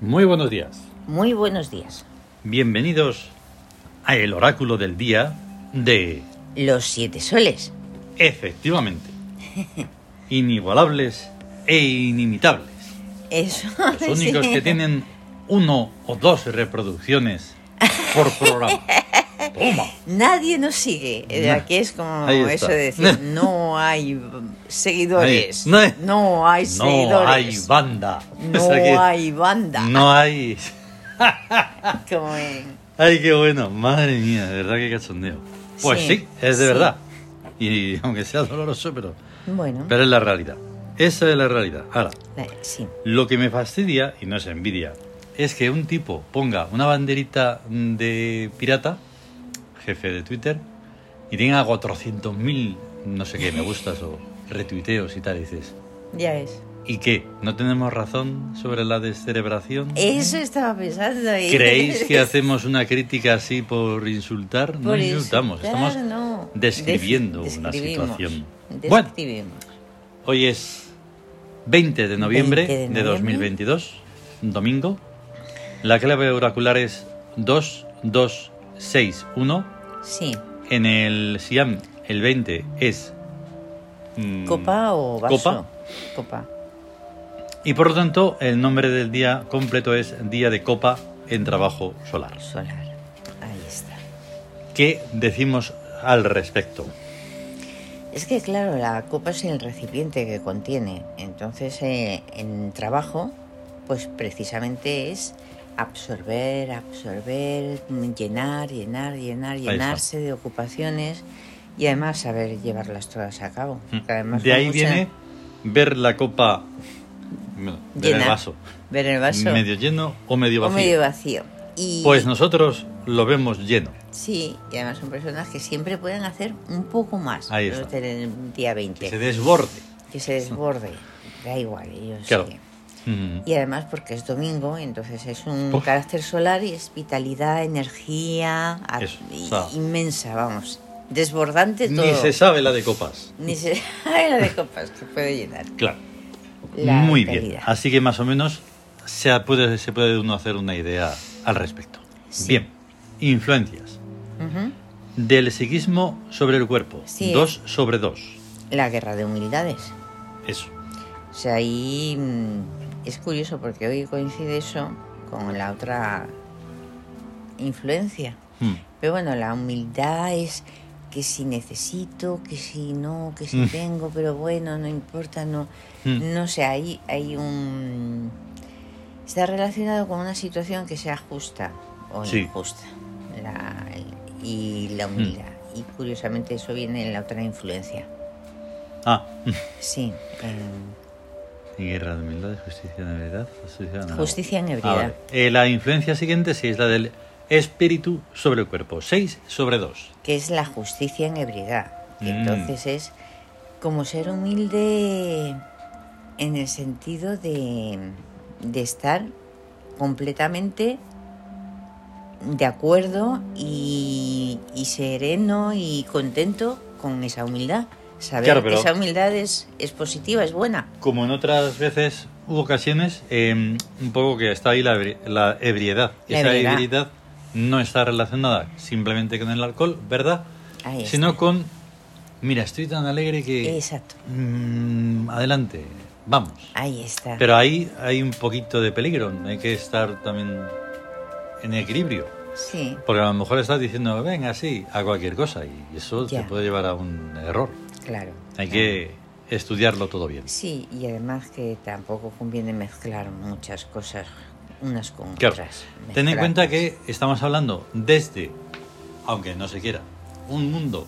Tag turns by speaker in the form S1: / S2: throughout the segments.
S1: Muy buenos días.
S2: Muy buenos días.
S1: Bienvenidos a el oráculo del día de
S2: Los siete soles.
S1: efectivamente inigualables e inimitables.
S2: Eso. sí.
S1: Los únicos que tienen uno o dos reproducciones por programa. Toma.
S2: Nadie nos sigue. Eh,
S1: Nah.
S2: Aquí es como
S1: Ahí está.
S2: eso de decir, no hay seguidores.
S1: Ahí. No hay- No
S2: No hay
S1: hay
S2: seguidores.
S1: banda.
S2: No
S1: O sea que
S2: hay banda.
S1: No hay.
S2: Como en-
S1: Ay, qué bueno. Madre mía, de verdad que cachondeo. Pues sí,
S2: Sí,
S1: es de
S2: sí.
S1: verdad. Y aunque sea doloroso, pero,
S2: Bueno,
S1: pero es la realidad. Esa es la realidad. Ahora,
S2: la- sí.
S1: Lo que me fastidia, y no es envidia, es que un tipo ponga una banderita de pirata, jefe de Twitter, y tenga 400.000, no sé qué, me gustas o retuiteos y tal, y dices,
S2: Ya es.
S1: ¿y qué? ¿No tenemos razón sobre la descerebración?
S2: Eso estaba pensando. y-
S1: ¿Creéis que hacemos una crítica así por insultar? No
S2: Por
S1: insultamos,
S2: insultar,
S1: estamos
S2: no.
S1: describiendo
S2: Des-
S1: una
S2: describimos,
S1: situación. Bueno,
S2: Describimos.
S1: Hoy es 20 de noviembre
S2: 20
S1: de
S2: de noviembre.
S1: 2022, domingo. La clave oracular es 2261.
S2: Sí.
S1: En el Siam, el 20 es. mm,
S2: ¿Copa o vaso?
S1: Copa.
S2: Copa.
S1: Y por lo tanto, el nombre del día completo es Día de Copa en Trabajo Solar.
S2: Solar. Ahí está.
S1: ¿Qué decimos al respecto?
S2: Es que claro, la copa es el recipiente que contiene. Entonces, eh, en trabajo, pues precisamente es absorber, absorber, mm, llenar, llenar, llenar,
S1: está.
S2: llenarse de ocupaciones y además saber llevarlas todas a cabo. Que además
S1: Hmm. De
S2: con
S1: ahí
S2: mucha-
S1: viene ver la copa. Ver el
S2: Llenar.
S1: vaso.
S2: ver el vaso
S1: Medio lleno o medio
S2: o
S1: vacío.
S2: medio vacío. Y
S1: Pues nosotros lo vemos lleno.
S2: sí, y además son personas que siempre pueden hacer un poco más
S1: Ahí
S2: los
S1: está.
S2: del día
S1: Que
S2: 20,
S1: se desborde.
S2: que se desborde. Da igual, ellos
S1: Claro.
S2: siguen.
S1: Mm.
S2: Y además porque es domingo, entonces es un
S1: Uf.
S2: carácter solar y es vitalidad, energía a-
S1: Eso,
S2: i-
S1: está.
S2: inmensa, vamos. Desbordante todo.
S1: Ni se sabe la de copas.
S2: Ni se- Ay, la de copas que puede llenar.
S1: Claro.
S2: La
S1: Muy bien.
S2: vitalidad.
S1: Así que más o menos se ha- puede, se puede uno hacer una idea al respecto.
S2: Sí.
S1: Bien. Influencias.
S2: Ujú.
S1: Del psiquismo sobre el cuerpo.
S2: Sí. ¿eh?
S1: Dos sobre dos.
S2: La guerra de humildades.
S1: Eso.
S2: O sea, ahí mm, es curioso porque hoy coincide eso con la otra influencia.
S1: Mm.
S2: Pero bueno, la humildad es que si necesito, que si no, que si
S1: Mm.
S2: tengo, pero bueno, no importa, no.
S1: Mm.
S2: No sé, ahí hay un. Está relacionado con una situación que sea justa o
S1: Sí.
S2: injusta. La- y la humildad.
S1: Mm.
S2: Y curiosamente eso viene en la otra influencia.
S1: Ah.
S2: Sí. en
S1: Y guerra de humildad, justicia de verdad. Justicia en
S2: justicia en
S1: Ah,
S2: ebriedad.
S1: vale. Eh, la influencia siguiente sí es la del espíritu sobre el cuerpo. Seis sobre dos.
S2: que es la justicia en ebriedad. que
S1: Mm.
S2: Entonces es como ser humilde en el sentido de, de estar completamente de acuerdo y, y sereno y contento con esa humildad. Saber
S1: Claro, pero-
S2: que esa humildad es, es positiva, es buena.
S1: como en otras veces hubo ocasiones, eh, un poco que está ahí la, ebri- la ebriedad.
S2: La
S1: Esa
S2: ebriedad.
S1: ebriedad no está relacionada simplemente con el alcohol, ¿verdad?
S2: Ahí está.
S1: Sino con, mira, estoy tan alegre que...
S2: Exacto.
S1: mm, adelante, vamos.
S2: Ahí está.
S1: Pero ahí hay un poquito de peligro, hay que estar también en equilibrio.
S2: Sí,
S1: Porque a lo mejor estás diciendo, venga, sí, a cualquier cosa, y eso te
S2: Ya.
S1: puede llevar a un error.
S2: claro.
S1: Hay que estudiarlo todo bien.
S2: Sí, y además que tampoco conviene mezclar muchas cosas unas con
S1: Claro.
S2: otras.
S1: Ten en
S2: mezclarlas.
S1: cuenta que estamos hablando desde, aunque no se quiera, un mundo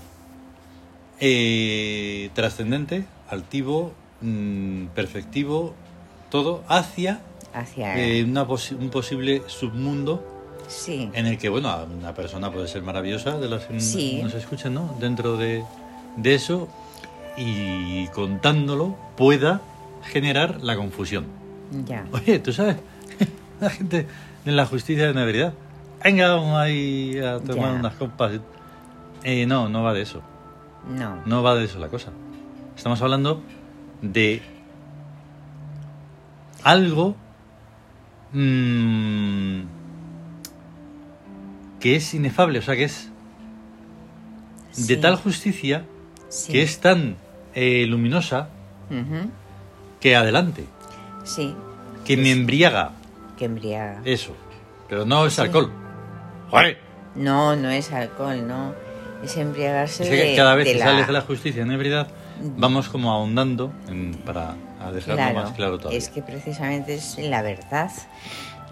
S1: eh, trascendente, altivo, mm, perfectivo, todo, hacia
S2: Hacia...
S1: eh, una posi- un posible submundo
S2: sí,
S1: en el que, bueno, a una persona puede ser maravillosa, de las que
S2: Sí.
S1: nos escuchan, ¿no? Dentro de, de eso y contándolo pueda generar la confusión.
S2: ya.
S1: Oye, tú sabes, la gente de la justicia de Navidad. Venga, vamos ahí a tomar
S2: Ya.
S1: unas copas. Eh, no, no va de eso.
S2: No,
S1: No va de eso la cosa. Estamos hablando de algo mm, que es inefable, o sea, que es de
S2: Sí,
S1: tal justicia
S2: sí.
S1: que es tan eh, luminosa
S2: Ujú,
S1: que adelante,
S2: Sí,
S1: que me embriaga
S2: que embriaga.
S1: eso, pero no es
S2: Sí.
S1: alcohol. ¡Joder!
S2: No, no es alcohol, no. Es embriagarse
S1: Es
S2: de,
S1: que cada vez
S2: de
S1: que
S2: la-
S1: sales de la justicia en ebriedad, vamos como ahondando en- para a dejarlo
S2: Claro,
S1: más claro todavía.
S2: es que precisamente es la verdad.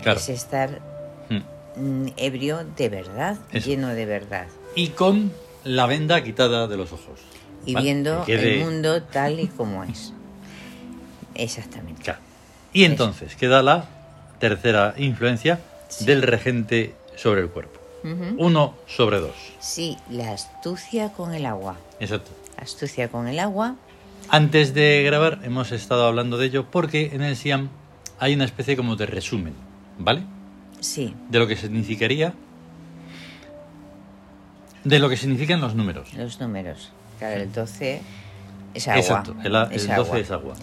S1: Claro.
S2: Es estar
S1: Mm.
S2: mm, ebrio de verdad,
S1: Eso.
S2: lleno de verdad.
S1: Y con la venda quitada de los ojos.
S2: Y
S1: ¿vale?
S2: viendo
S1: Que quede-
S2: el mundo tal y como es. Exactamente.
S1: Claro. Y entonces queda la tercera influencia
S2: Sí.
S1: del regente sobre el cuerpo.
S2: Ujú.
S1: Uno sobre dos.
S2: Sí, la astucia con el agua.
S1: Exacto.
S2: Astucia con el agua.
S1: Antes de grabar hemos estado hablando de ello porque en el Siam hay una especie como de resumen, ¿vale?
S2: Sí,
S1: De lo que significaría... De lo que significan los números.
S2: los números. Claro, el 12 es agua.
S1: Exacto, el, a- el 12 es agua.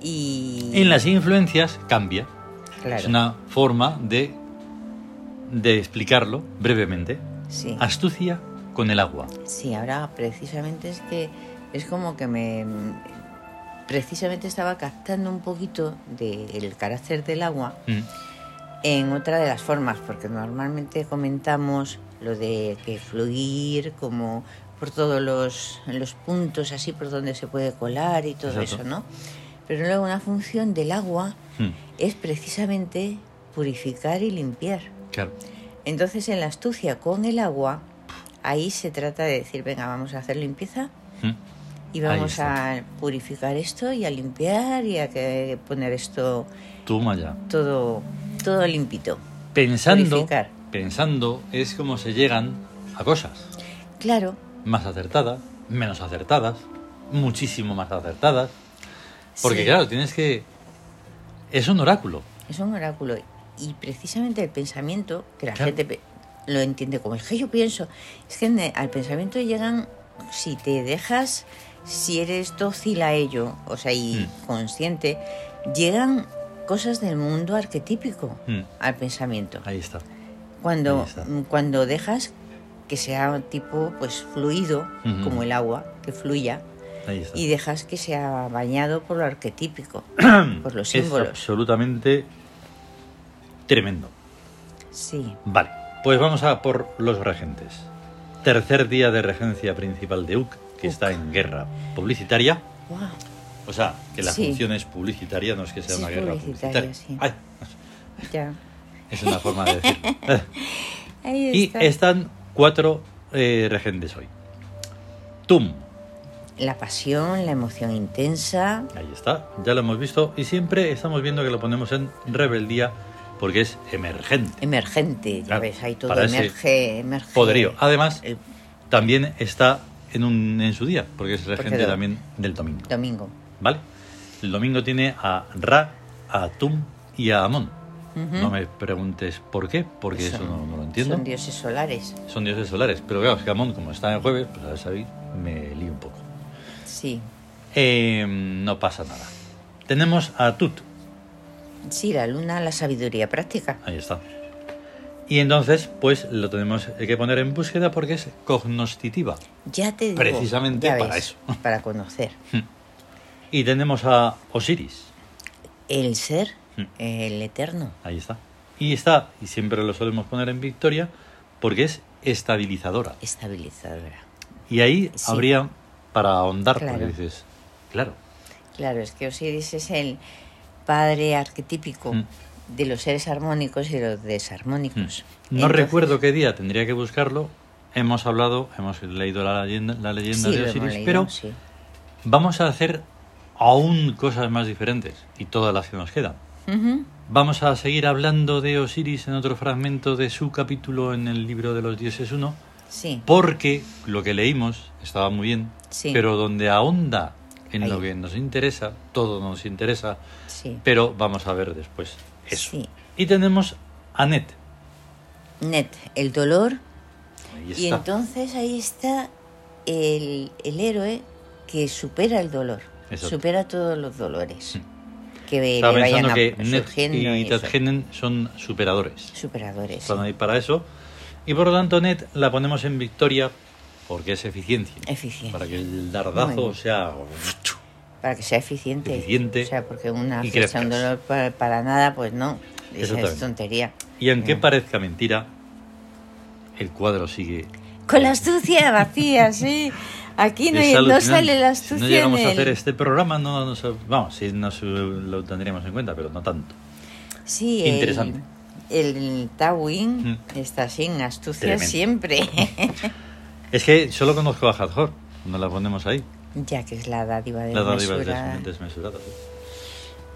S2: Y...
S1: En las influencias cambia.
S2: Claro,
S1: Es una forma de, de explicarlo brevemente.
S2: sí.
S1: Ah. Astucia con el agua.
S2: Sí, ahora precisamente es que es como que me... Precisamente estaba captando un poquito del carácter del agua
S1: Mm,
S2: en otra de las formas, porque normalmente comentamos lo de que fluir como por todos los, los puntos así por donde se puede colar y todo
S1: Exacto.
S2: eso, ¿no? Pero luego una función del agua
S1: mm,
S2: es precisamente purificar y limpiar.
S1: claro.
S2: Entonces, en la astucia con el agua, ahí se trata de decir, venga, vamos a hacer limpieza
S1: Mm,
S2: y
S1: Ahí
S2: vamos
S1: está.
S2: a purificar esto y a limpiar y a que poner esto
S1: Toma ya.
S2: todo, todo limpito.
S1: Pensando,
S2: Purificar.
S1: pensando es como se llegan a cosas
S2: Claro,
S1: más acertadas, menos acertadas, muchísimo más acertadas. Porque
S2: Sí.
S1: claro, tienes que... Es un oráculo.
S2: es un oráculo y precisamente el pensamiento, que la
S1: Claro.
S2: gente pe- lo entiende como es que yo pienso, es que ne- al pensamiento llegan, si te dejas, si eres dócil a ello, o sea, y
S1: Mm.
S2: consciente, llegan cosas del mundo arquetípico
S1: Mm,
S2: al pensamiento.
S1: ahí está. Ahí
S2: Cuando,
S1: está.
S2: mm, cuando dejas que sea un tipo pues fluido,
S1: Ujú.
S2: como el agua, que fluya,
S1: Ahí está.
S2: y dejas que sea bañado por lo arquetípico, por los
S1: es
S2: símbolos.
S1: absolutamente tremendo.
S2: Sí,
S1: Vale, pues vamos a por los regentes. Tercer día de regencia principal de UC, que
S2: UC.
S1: está en guerra publicitaria.
S2: Guau.
S1: O sea, que la
S2: Sí.
S1: función es publicitaria, no es que sea
S2: Sí,
S1: una
S2: es
S1: guerra publicitaria.
S2: publicitaria, sí.
S1: Ay,
S2: ya.
S1: es una forma de decirlo.
S2: Ahí
S1: y
S2: está.
S1: están cuatro eh, regentes hoy. Tum,
S2: La pasión, la emoción intensa,
S1: ahí está, ya lo hemos visto y siempre estamos viendo que lo ponemos en rebeldía porque es emergente.
S2: emergente, ya
S1: Claro,
S2: ves, ahí todo
S1: para ese
S2: emerge, emerge.
S1: Poderío. Ah. Además,
S2: El
S1: también está en, un, en su día, porque es regente
S2: Porque-
S1: también del domingo.
S2: domingo.
S1: ¿Vale? El domingo tiene a Ra, a Tum y a Amón.
S2: Ujú. Pues
S1: No me preguntes por qué, porque eso
S2: Son-
S1: no, no lo entiendo.
S2: Son dioses solares,
S1: Son dioses solares, pero claro, es que Amón, como está en jueves, pues a sabéis, me lío un poco.
S2: sí.
S1: Eh, no pasa nada. Tenemos a Tut,
S2: Sí, la luna, la sabiduría práctica.
S1: ahí está. Y entonces, pues lo tenemos que poner en búsqueda porque es cognoscitiva.
S2: Ya te digo.
S1: Precisamente
S2: ya
S1: para
S2: ves,
S1: eso.
S2: Para conocer.
S1: Y tenemos a Osiris,
S2: El ser,
S1: Mm.
S2: el eterno.
S1: ahí está. Y está, y siempre lo solemos poner en victoria, porque es estabilizadora.
S2: Estabilizadora.
S1: Y ahí
S2: Sí.
S1: habría para ahondar, porque
S2: Claro.
S1: dices, claro,
S2: Claro, es que Osiris es el padre arquetípico
S1: Mm.
S2: de los seres armónicos y los desarmónicos.
S1: hmm, Mm. no
S2: Pues, Entonces-
S1: recuerdo qué día tendría que buscarlo. Hemos hablado, hemos leído la leyenda, la leyenda
S2: Sí, lo
S1: de
S2: hemos
S1: Osiris,
S2: leído,
S1: pero
S2: sí.
S1: vamos a hacer aún cosas más diferentes y todas las que nos quedan.
S2: Ujú.
S1: Vamos a seguir hablando de Osiris en otro fragmento de su capítulo en el libro de los dioses 1,
S2: Sí,
S1: porque lo que leímos estaba muy bien,
S2: Sí.
S1: pero donde ahonda en lo
S2: Ahí.
S1: que nos interesa, todo nos interesa,
S2: sí.
S1: pero vamos a ver después eso.
S2: Sí.
S1: Y tenemos a Net.
S2: Net, el dolor.
S1: Ahí
S2: Y
S1: está.
S2: entonces ahí está el, el héroe que supera el dolor.
S1: Exacto.
S2: Supera todos los dolores. que
S1: Estaba
S2: le vayan
S1: pensando
S2: a-
S1: que
S2: surgiendo.
S1: Net y
S2: eso.
S1: Tadgenen son superadores.
S2: Superadores.
S1: Están ahí para eso. Y por lo tanto, Net la ponemos en victoria porque es eficiencia.
S2: Eficiencia.
S1: Para que el dardazo
S2: Bueno.
S1: sea.
S2: Para que sea eficiente.
S1: Eficiente.
S2: O sea, porque una
S1: Y
S2: flecha, un
S1: crezcas.
S2: dolor para, para nada, pues no. Esa
S1: Exactamente.
S2: es tontería.
S1: Y aunque
S2: No.
S1: parezca mentira, el cuadro sigue.
S2: Con la astucia vacía, sí. Aquí no,
S1: Es
S2: hay- no
S1: alucinante.
S2: sale la
S1: Si
S2: astucia.
S1: no llegamos
S2: en
S1: a
S2: el-
S1: hacer este programa, no nos. Vamos, sí, nos lo tendríamos en cuenta, pero no tanto.
S2: Sí,
S1: Interesante.
S2: El, el Tawin
S1: Mm.
S2: está sin astucia
S1: Tremendo.
S2: siempre.
S1: Es que solo conozco a Hadhor, no la ponemos ahí.
S2: ya que es la dádiva de
S1: La dádiva es
S2: mesura.
S1: des- desmesurada. sí.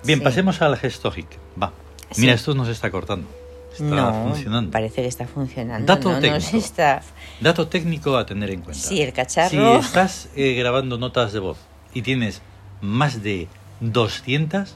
S1: Bien,
S2: Sí.
S1: pasemos al gestogic. Va.
S2: Sí.
S1: Mira, esto nos está cortando. Está
S2: no,
S1: funcionando.
S2: parece que está funcionando.
S1: Dato
S2: no,
S1: técnico.
S2: Nos está...
S1: Dato técnico a tener en cuenta.
S2: Sí, el cacharro.
S1: Si estás eh, grabando notas de voz y tienes más de 200,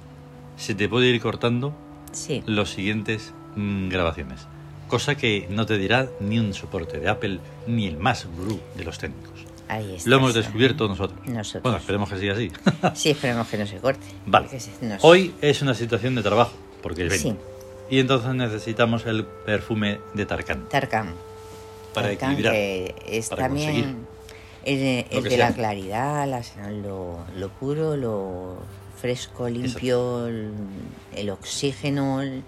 S1: se te puede ir cortando
S2: Sí,
S1: los siguientes mm, grabaciones. Cosa que no te dirá ni un soporte de Apple ni el más gurú de los técnicos.
S2: ahí está.
S1: Lo hemos descubierto nosotros.
S2: Nosotros.
S1: Bueno, esperemos que siga así.
S2: Sí, esperemos que no se corte.
S1: Vale.
S2: Porque se- nos-
S1: Hoy es una situación de trabajo, porque es 20.
S2: Sí.
S1: Y entonces necesitamos el perfume de Tarkan
S2: Tarkan.
S1: para
S2: Tarkan,
S1: equilibrar.
S2: que eh, es
S1: para
S2: también el, el
S1: Lo que
S2: de
S1: sea.
S2: la claridad, la- lo, lo puro, lo fresco, limpio, el, el oxígeno, el-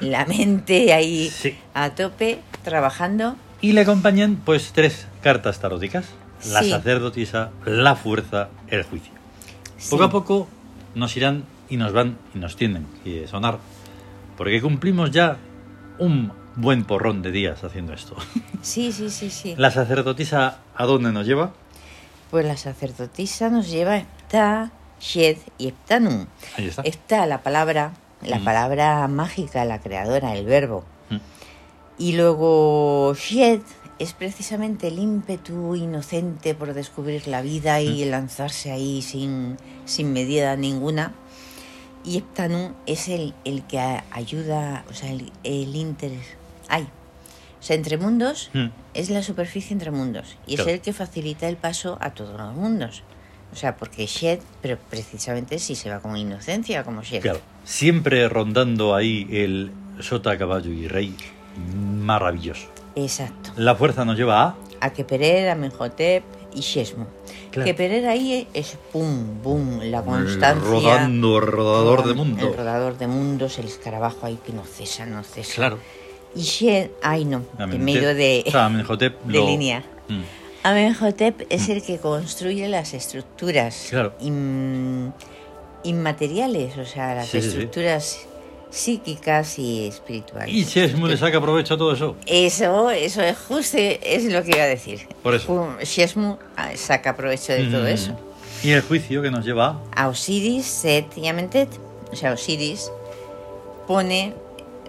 S2: la mente ahí
S1: Sí.
S2: a tope, trabajando.
S1: Y le acompañan pues tres cartas taróticas. La
S2: Sí.
S1: sacerdotisa, la fuerza, el juicio. Poco
S2: Sí.
S1: a poco nos irán y nos van y nos tienden y sonar. Porque cumplimos ya un buen porrón de días haciendo esto.
S2: Sí, sí, sí, sí.
S1: La sacerdotisa, ¿a dónde nos lleva?
S2: Pues la sacerdotisa nos lleva a Ptah, Shed y Heptanum.
S1: Ahí está.
S2: Está la palabra, la
S1: Mm.
S2: palabra mágica, la creadora, el verbo.
S1: Mm.
S2: Y luego Shed es precisamente el ímpetu inocente por descubrir la vida y
S1: Mm.
S2: lanzarse ahí sin, sin medida ninguna. Y Heptanum es el, el que a- ayuda, o sea, el, el interés. Ay, o sea, entre mundos
S1: Mm.
S2: es la superficie entre mundos y
S1: Claro.
S2: es el que facilita el paso a todos los mundos. O sea, porque Shed, pero precisamente si se va con inocencia, como Shed.
S1: Claro, siempre rondando ahí el sota, caballo y rey. Maravilloso.
S2: Exacto.
S1: La fuerza nos lleva a...
S2: A Keperer, a Menhotep y Shesmo.
S1: Claro.
S2: Keperer ahí es pum, bum, la
S1: el
S2: constancia.
S1: Rodando, rodador de
S2: El
S1: mundo.
S2: rodador de mundos, el escarabajo ahí que no cesa, no cesa.
S1: Claro.
S2: Y Shed, ay no, en
S1: Amenhotep-
S2: medio de,
S1: o sea, Amenhotep
S2: de
S1: lo-
S2: línea.
S1: Mm.
S2: Amenhotep es el que construye las estructuras
S1: Claro.
S2: in- inmateriales, o sea, las
S1: Sí, sí, sí.
S2: estructuras psíquicas y espirituales. Eh,
S1: Y Chesmu le saca provecho a todo eso.
S2: Eso, eso es justo, es lo que iba a decir.
S1: Por eso.
S2: Pum, Shesmu ah, saca provecho de todo
S1: Mm.
S2: eso.
S1: Y el juicio que nos lleva a...
S2: A Osiris, Set y Amentet, eh, o sea, Osiris pone,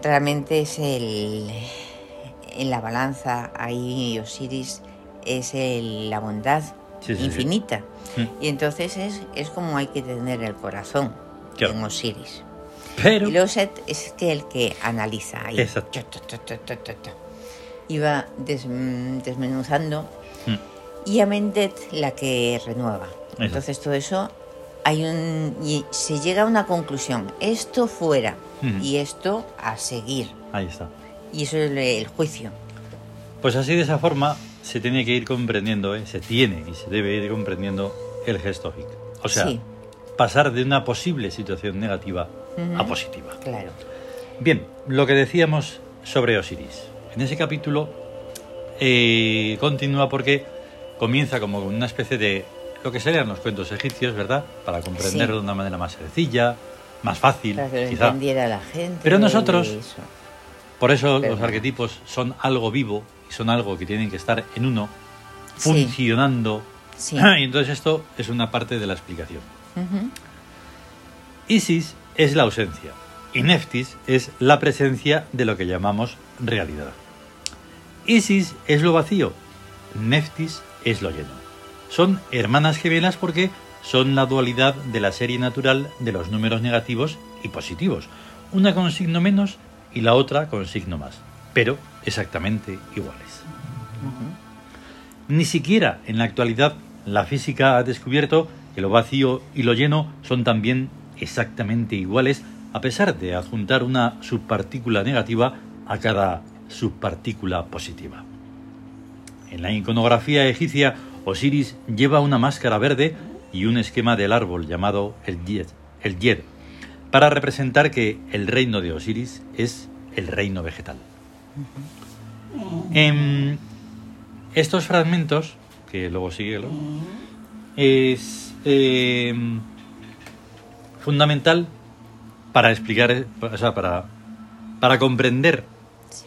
S2: realmente es el, en la balanza, ahí Osiris es el- la bondad
S1: Sí, sí, sí.
S2: infinita.
S1: Mm.
S2: Y entonces es, es como hay que tener el corazón
S1: Claro.
S2: en Osiris.
S1: Pero...
S2: Y luego Set es que el que analiza ahí.
S1: Exacto.
S2: Tu, tu, tu, tu, tu, tu. Y va des- mm, desmenuzando.
S1: Mm.
S2: Y Amendet la que renueva. Entonces todo eso hay un y se llega a una conclusión. Esto fuera
S1: Ujú.
S2: y esto a seguir.
S1: Ahí está.
S2: Y eso es el, el juicio.
S1: Pues así de esa forma se tiene que ir comprendiendo, ¿eh? se tiene y se debe ir comprendiendo el gestogic. O sea,
S2: Sí.
S1: pasar de una posible situación negativa a positiva.
S2: Claro.
S1: Bien, lo que decíamos sobre Osiris. En ese capítulo eh, continúa porque comienza como una especie de lo que serían los cuentos egipcios, ¿verdad? Para comprenderlo de
S2: Sí.
S1: una manera más sencilla, más fácil,
S2: Para que lo
S1: quizá.
S2: entendiera la gente.
S1: Pero nosotros-
S2: y eso.
S1: Por eso
S2: Pero
S1: los
S2: no.
S1: arquetipos son algo vivo y son algo que tienen que estar en uno,
S2: Sí.
S1: funcionando. Ah,
S2: Sí.
S1: Y entonces esto es una parte de la explicación.
S2: Ujú.
S1: Isis es la ausencia y Neftis es la presencia de lo que llamamos realidad. Isis es lo vacío, Neftis es lo lleno. Son hermanas gemelas porque son la dualidad de la serie natural de los números negativos y positivos, una con signo menos y la otra con signo más, pero exactamente iguales. Ni siquiera en la actualidad la física ha descubierto que lo vacío y lo lleno son también exactamente iguales a pesar de adjuntar una subpartícula negativa a cada subpartícula positiva. En la iconografía egipcia, Osiris lleva una máscara verde y un esquema del árbol llamado el Yed, el Yed, para representar que el reino de Osiris es el reino vegetal. Em, En estos fragmentos, que luego sigue, es eh, fundamental para explicar, o sea, para, para comprender
S2: Sí.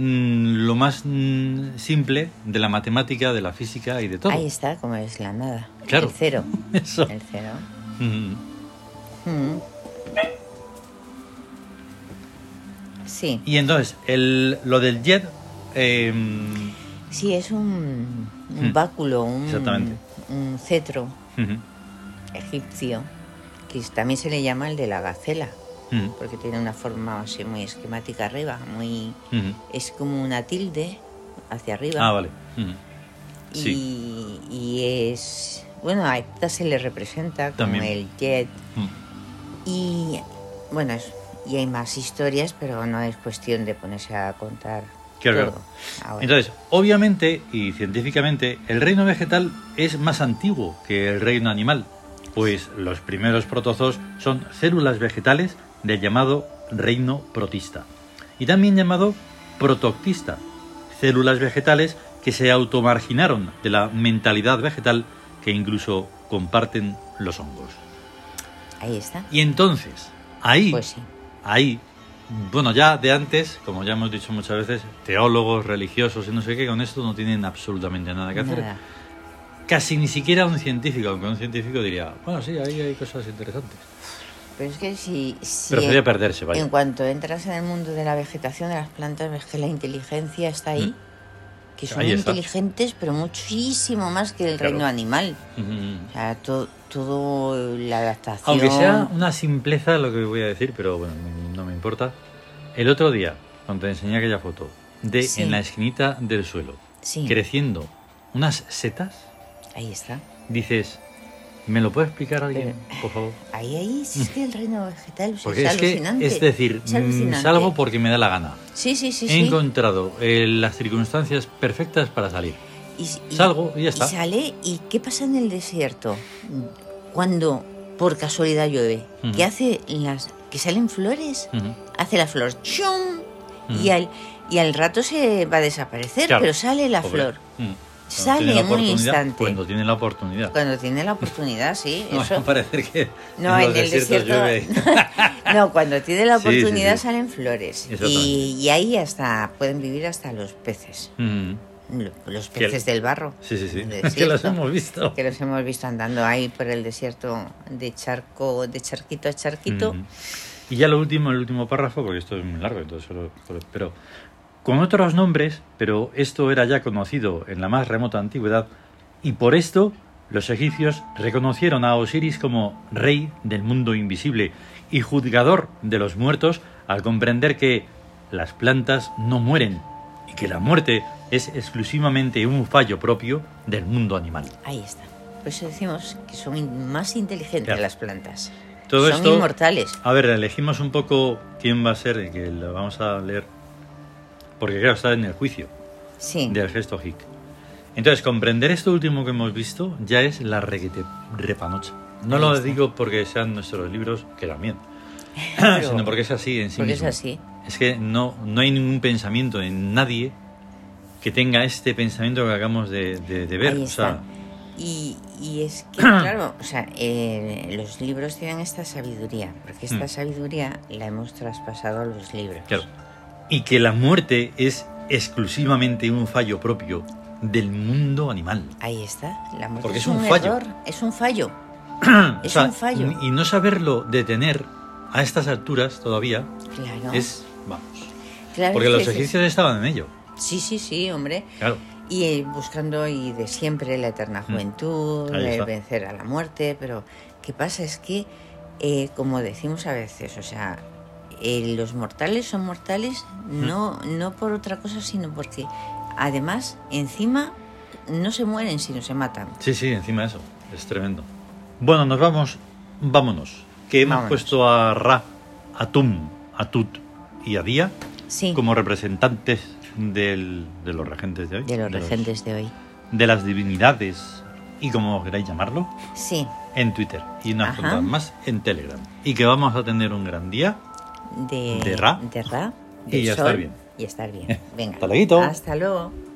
S1: mm, lo más mm, simple de la matemática, de la física y de todo.
S2: Ahí está, como es la nada.
S1: Claro.
S2: El cero.
S1: Eso.
S2: El cero.
S1: Mm.
S2: Mm. Sí.
S1: Y entonces, el, lo del jet, eh,
S2: Sí, es un, un
S1: Hmm.
S2: báculo, un,
S1: Exactamente.
S2: un cetro egipcio, que también se le llama el de la gacela, porque tiene una forma así muy esquemática arriba, muy es como una tilde hacia arriba.
S1: ah, vale.
S2: y,
S1: Sí.
S2: y es bueno, a esta se le representa como
S1: También.
S2: el jet
S1: Mm.
S2: y bueno, es- y hay más historias, pero no es cuestión de ponerse a contar
S1: Claro,
S2: todo
S1: claro.
S2: ahora.
S1: Entonces, obviamente y científicamente, el reino vegetal es más antiguo que el reino animal, pues los primeros protozoos son células vegetales del llamado reino protista, y también llamado protoctista, células vegetales que se automarginaron de la mentalidad vegetal que incluso comparten los hongos.
S2: Ahí está.
S1: Y entonces, ahí
S2: Pues sí.
S1: ahí, bueno, ya de antes, como ya hemos dicho muchas veces, teólogos, religiosos y no sé qué, con esto no tienen absolutamente nada que hacer.
S2: Nada.
S1: Casi ni siquiera un científico, aunque un científico diría, bueno, sí, ahí hay cosas interesantes.
S2: Pero es que si, si
S1: Pero sería perderse, vaya.
S2: en cuanto entras en el mundo de la vegetación, de las plantas, ves que la inteligencia está ahí. Que son
S1: Mm. Ahí está.
S2: inteligentes, pero muchísimo más que el
S1: Claro.
S2: reino animal.
S1: Mm.
S2: O sea, to- todo la adaptación.
S1: Aunque sea una simpleza lo que voy a decir, pero bueno, no me importa. El otro día, cuando te enseñé aquella foto, de
S2: Sí.
S1: en la esquinita del suelo,
S2: Sí,
S1: creciendo unas setas,
S2: ahí está.
S1: dices, ¿me lo puede explicar alguien, por favor?
S2: Ahí, ahí, sí, es que el reino vegetal o sea,
S1: Mm. Porque
S2: es,
S1: es que,
S2: alucinante.
S1: es decir,
S2: Es
S1: mm,
S2: alucinante.
S1: salgo porque me da la gana.
S2: Sí, sí, sí.
S1: He
S2: sí.
S1: encontrado eh, las circunstancias perfectas para salir.
S2: Y, y-
S1: Salgo y ya está.
S2: Y sale, ¿y qué pasa en el desierto? Cuando por casualidad llueve,
S1: Ujú.
S2: ¿qué hace las que salen flores?
S1: Ujú.
S2: Hace la flor ¡chum! y,
S1: Ujú.
S2: al, y al rato se va a desaparecer,
S1: Claro.
S2: pero sale la
S1: Pobre.
S2: flor.
S1: Mm. Cuando
S2: Sale
S1: tiene la
S2: en un
S1: oportunidad-
S2: instante.
S1: Cuando tiene la oportunidad.
S2: Cuando tiene la oportunidad, sí,
S1: No,
S2: eso.
S1: parece que
S2: No,
S1: en
S2: en,
S1: los
S2: el
S1: desiertos
S2: desierto.
S1: llueve.
S2: no, cuando tiene la
S1: Sí, sí,
S2: oportunidad
S1: sí.
S2: salen flores. Y,
S1: Exactamente.
S2: y ahí hasta pueden vivir hasta los peces.
S1: Mm.
S2: Lo- Los
S1: Que el-
S2: peces del barro.
S1: Sí, sí, sí.
S2: del
S1: Es que las
S2: desierto.
S1: hemos visto.
S2: que los hemos visto andando ahí por el desierto de charco, de charquito a charquito.
S1: Mm. Y ya lo último, el último párrafo, porque esto es muy largo, entonces solo. solo- Pero con otros nombres, pero esto era ya conocido en la más remota antigüedad, y por esto los egipcios reconocieron a Osiris como rey del mundo invisible y juzgador de los muertos al comprender que las plantas no mueren y que la muerte es exclusivamente un fallo propio del mundo animal.
S2: Ahí está. Por eso decimos que son in- más inteligentes
S1: Claro.
S2: las plantas.
S1: Todo
S2: son
S1: esto-
S2: inmortales.
S1: A ver, elegimos un poco quién va a ser el que lo vamos a leer. Porque claro, está en el juicio
S2: Sí.
S1: del gesto hic. Entonces, comprender esto último que hemos visto ya es la reguete repanocha. No
S2: Ahí
S1: lo
S2: está.
S1: digo porque sean nuestros libros, que también,
S2: Pero-
S1: sino porque es así en sí
S2: porque
S1: mismo.
S2: es así.
S1: Es que no, no hay ningún pensamiento en nadie que tenga este pensamiento que acabamos de, de- de ver.
S2: Ahí
S1: O sea,
S2: está. Y, y es que, claro, o sea, eh, los libros tienen esta sabiduría, porque esta
S1: Mm.
S2: sabiduría la hemos traspasado a los libros.
S1: Claro. Y que la muerte es exclusivamente un fallo propio del mundo animal.
S2: Ahí está. La muerte
S1: Porque
S2: es
S1: es
S2: un,
S1: un fallo.
S2: error, es un fallo. Es un fallo.
S1: Y no saberlo detener a estas alturas todavía
S2: Claro.
S1: es, vamos,
S2: Claro,
S1: porque
S2: sí,
S1: los
S2: sí, sí.
S1: egipcios estaban en ello,
S2: Sí, sí, sí, hombre.
S1: claro.
S2: Y eh, buscando y de siempre la eterna juventud,
S1: Mm. Ahí
S2: el
S1: está.
S2: vencer a la muerte, pero ¿qué pasa? Es que, eh, como decimos a veces, o sea, eh, los mortales son mortales
S1: Mm.
S2: no, no por otra cosa, sino porque además, encima, no se mueren sino se matan.
S1: Sí, sí, encima de eso, es tremendo. Bueno, nos vamos, vámonos, que hemos
S2: Vámonos.
S1: puesto a Ra, a Tum, a Tut y a Día
S2: Sí,
S1: como representantes del- de los regentes de hoy.
S2: de los regentes de hoy.
S1: de las divinidades y como queráis llamarlo,
S2: Sí,
S1: en Twitter y unas
S2: Ajá.
S1: cuantas más en Telegram. Y que vamos a tener un gran día.
S2: de,
S1: De Ra.
S2: de Ra,
S1: Y
S2: del
S1: ya estar
S2: Sol,
S1: bien.
S2: Y estar bien. Venga.
S1: Hasta luego.
S2: Hasta luego.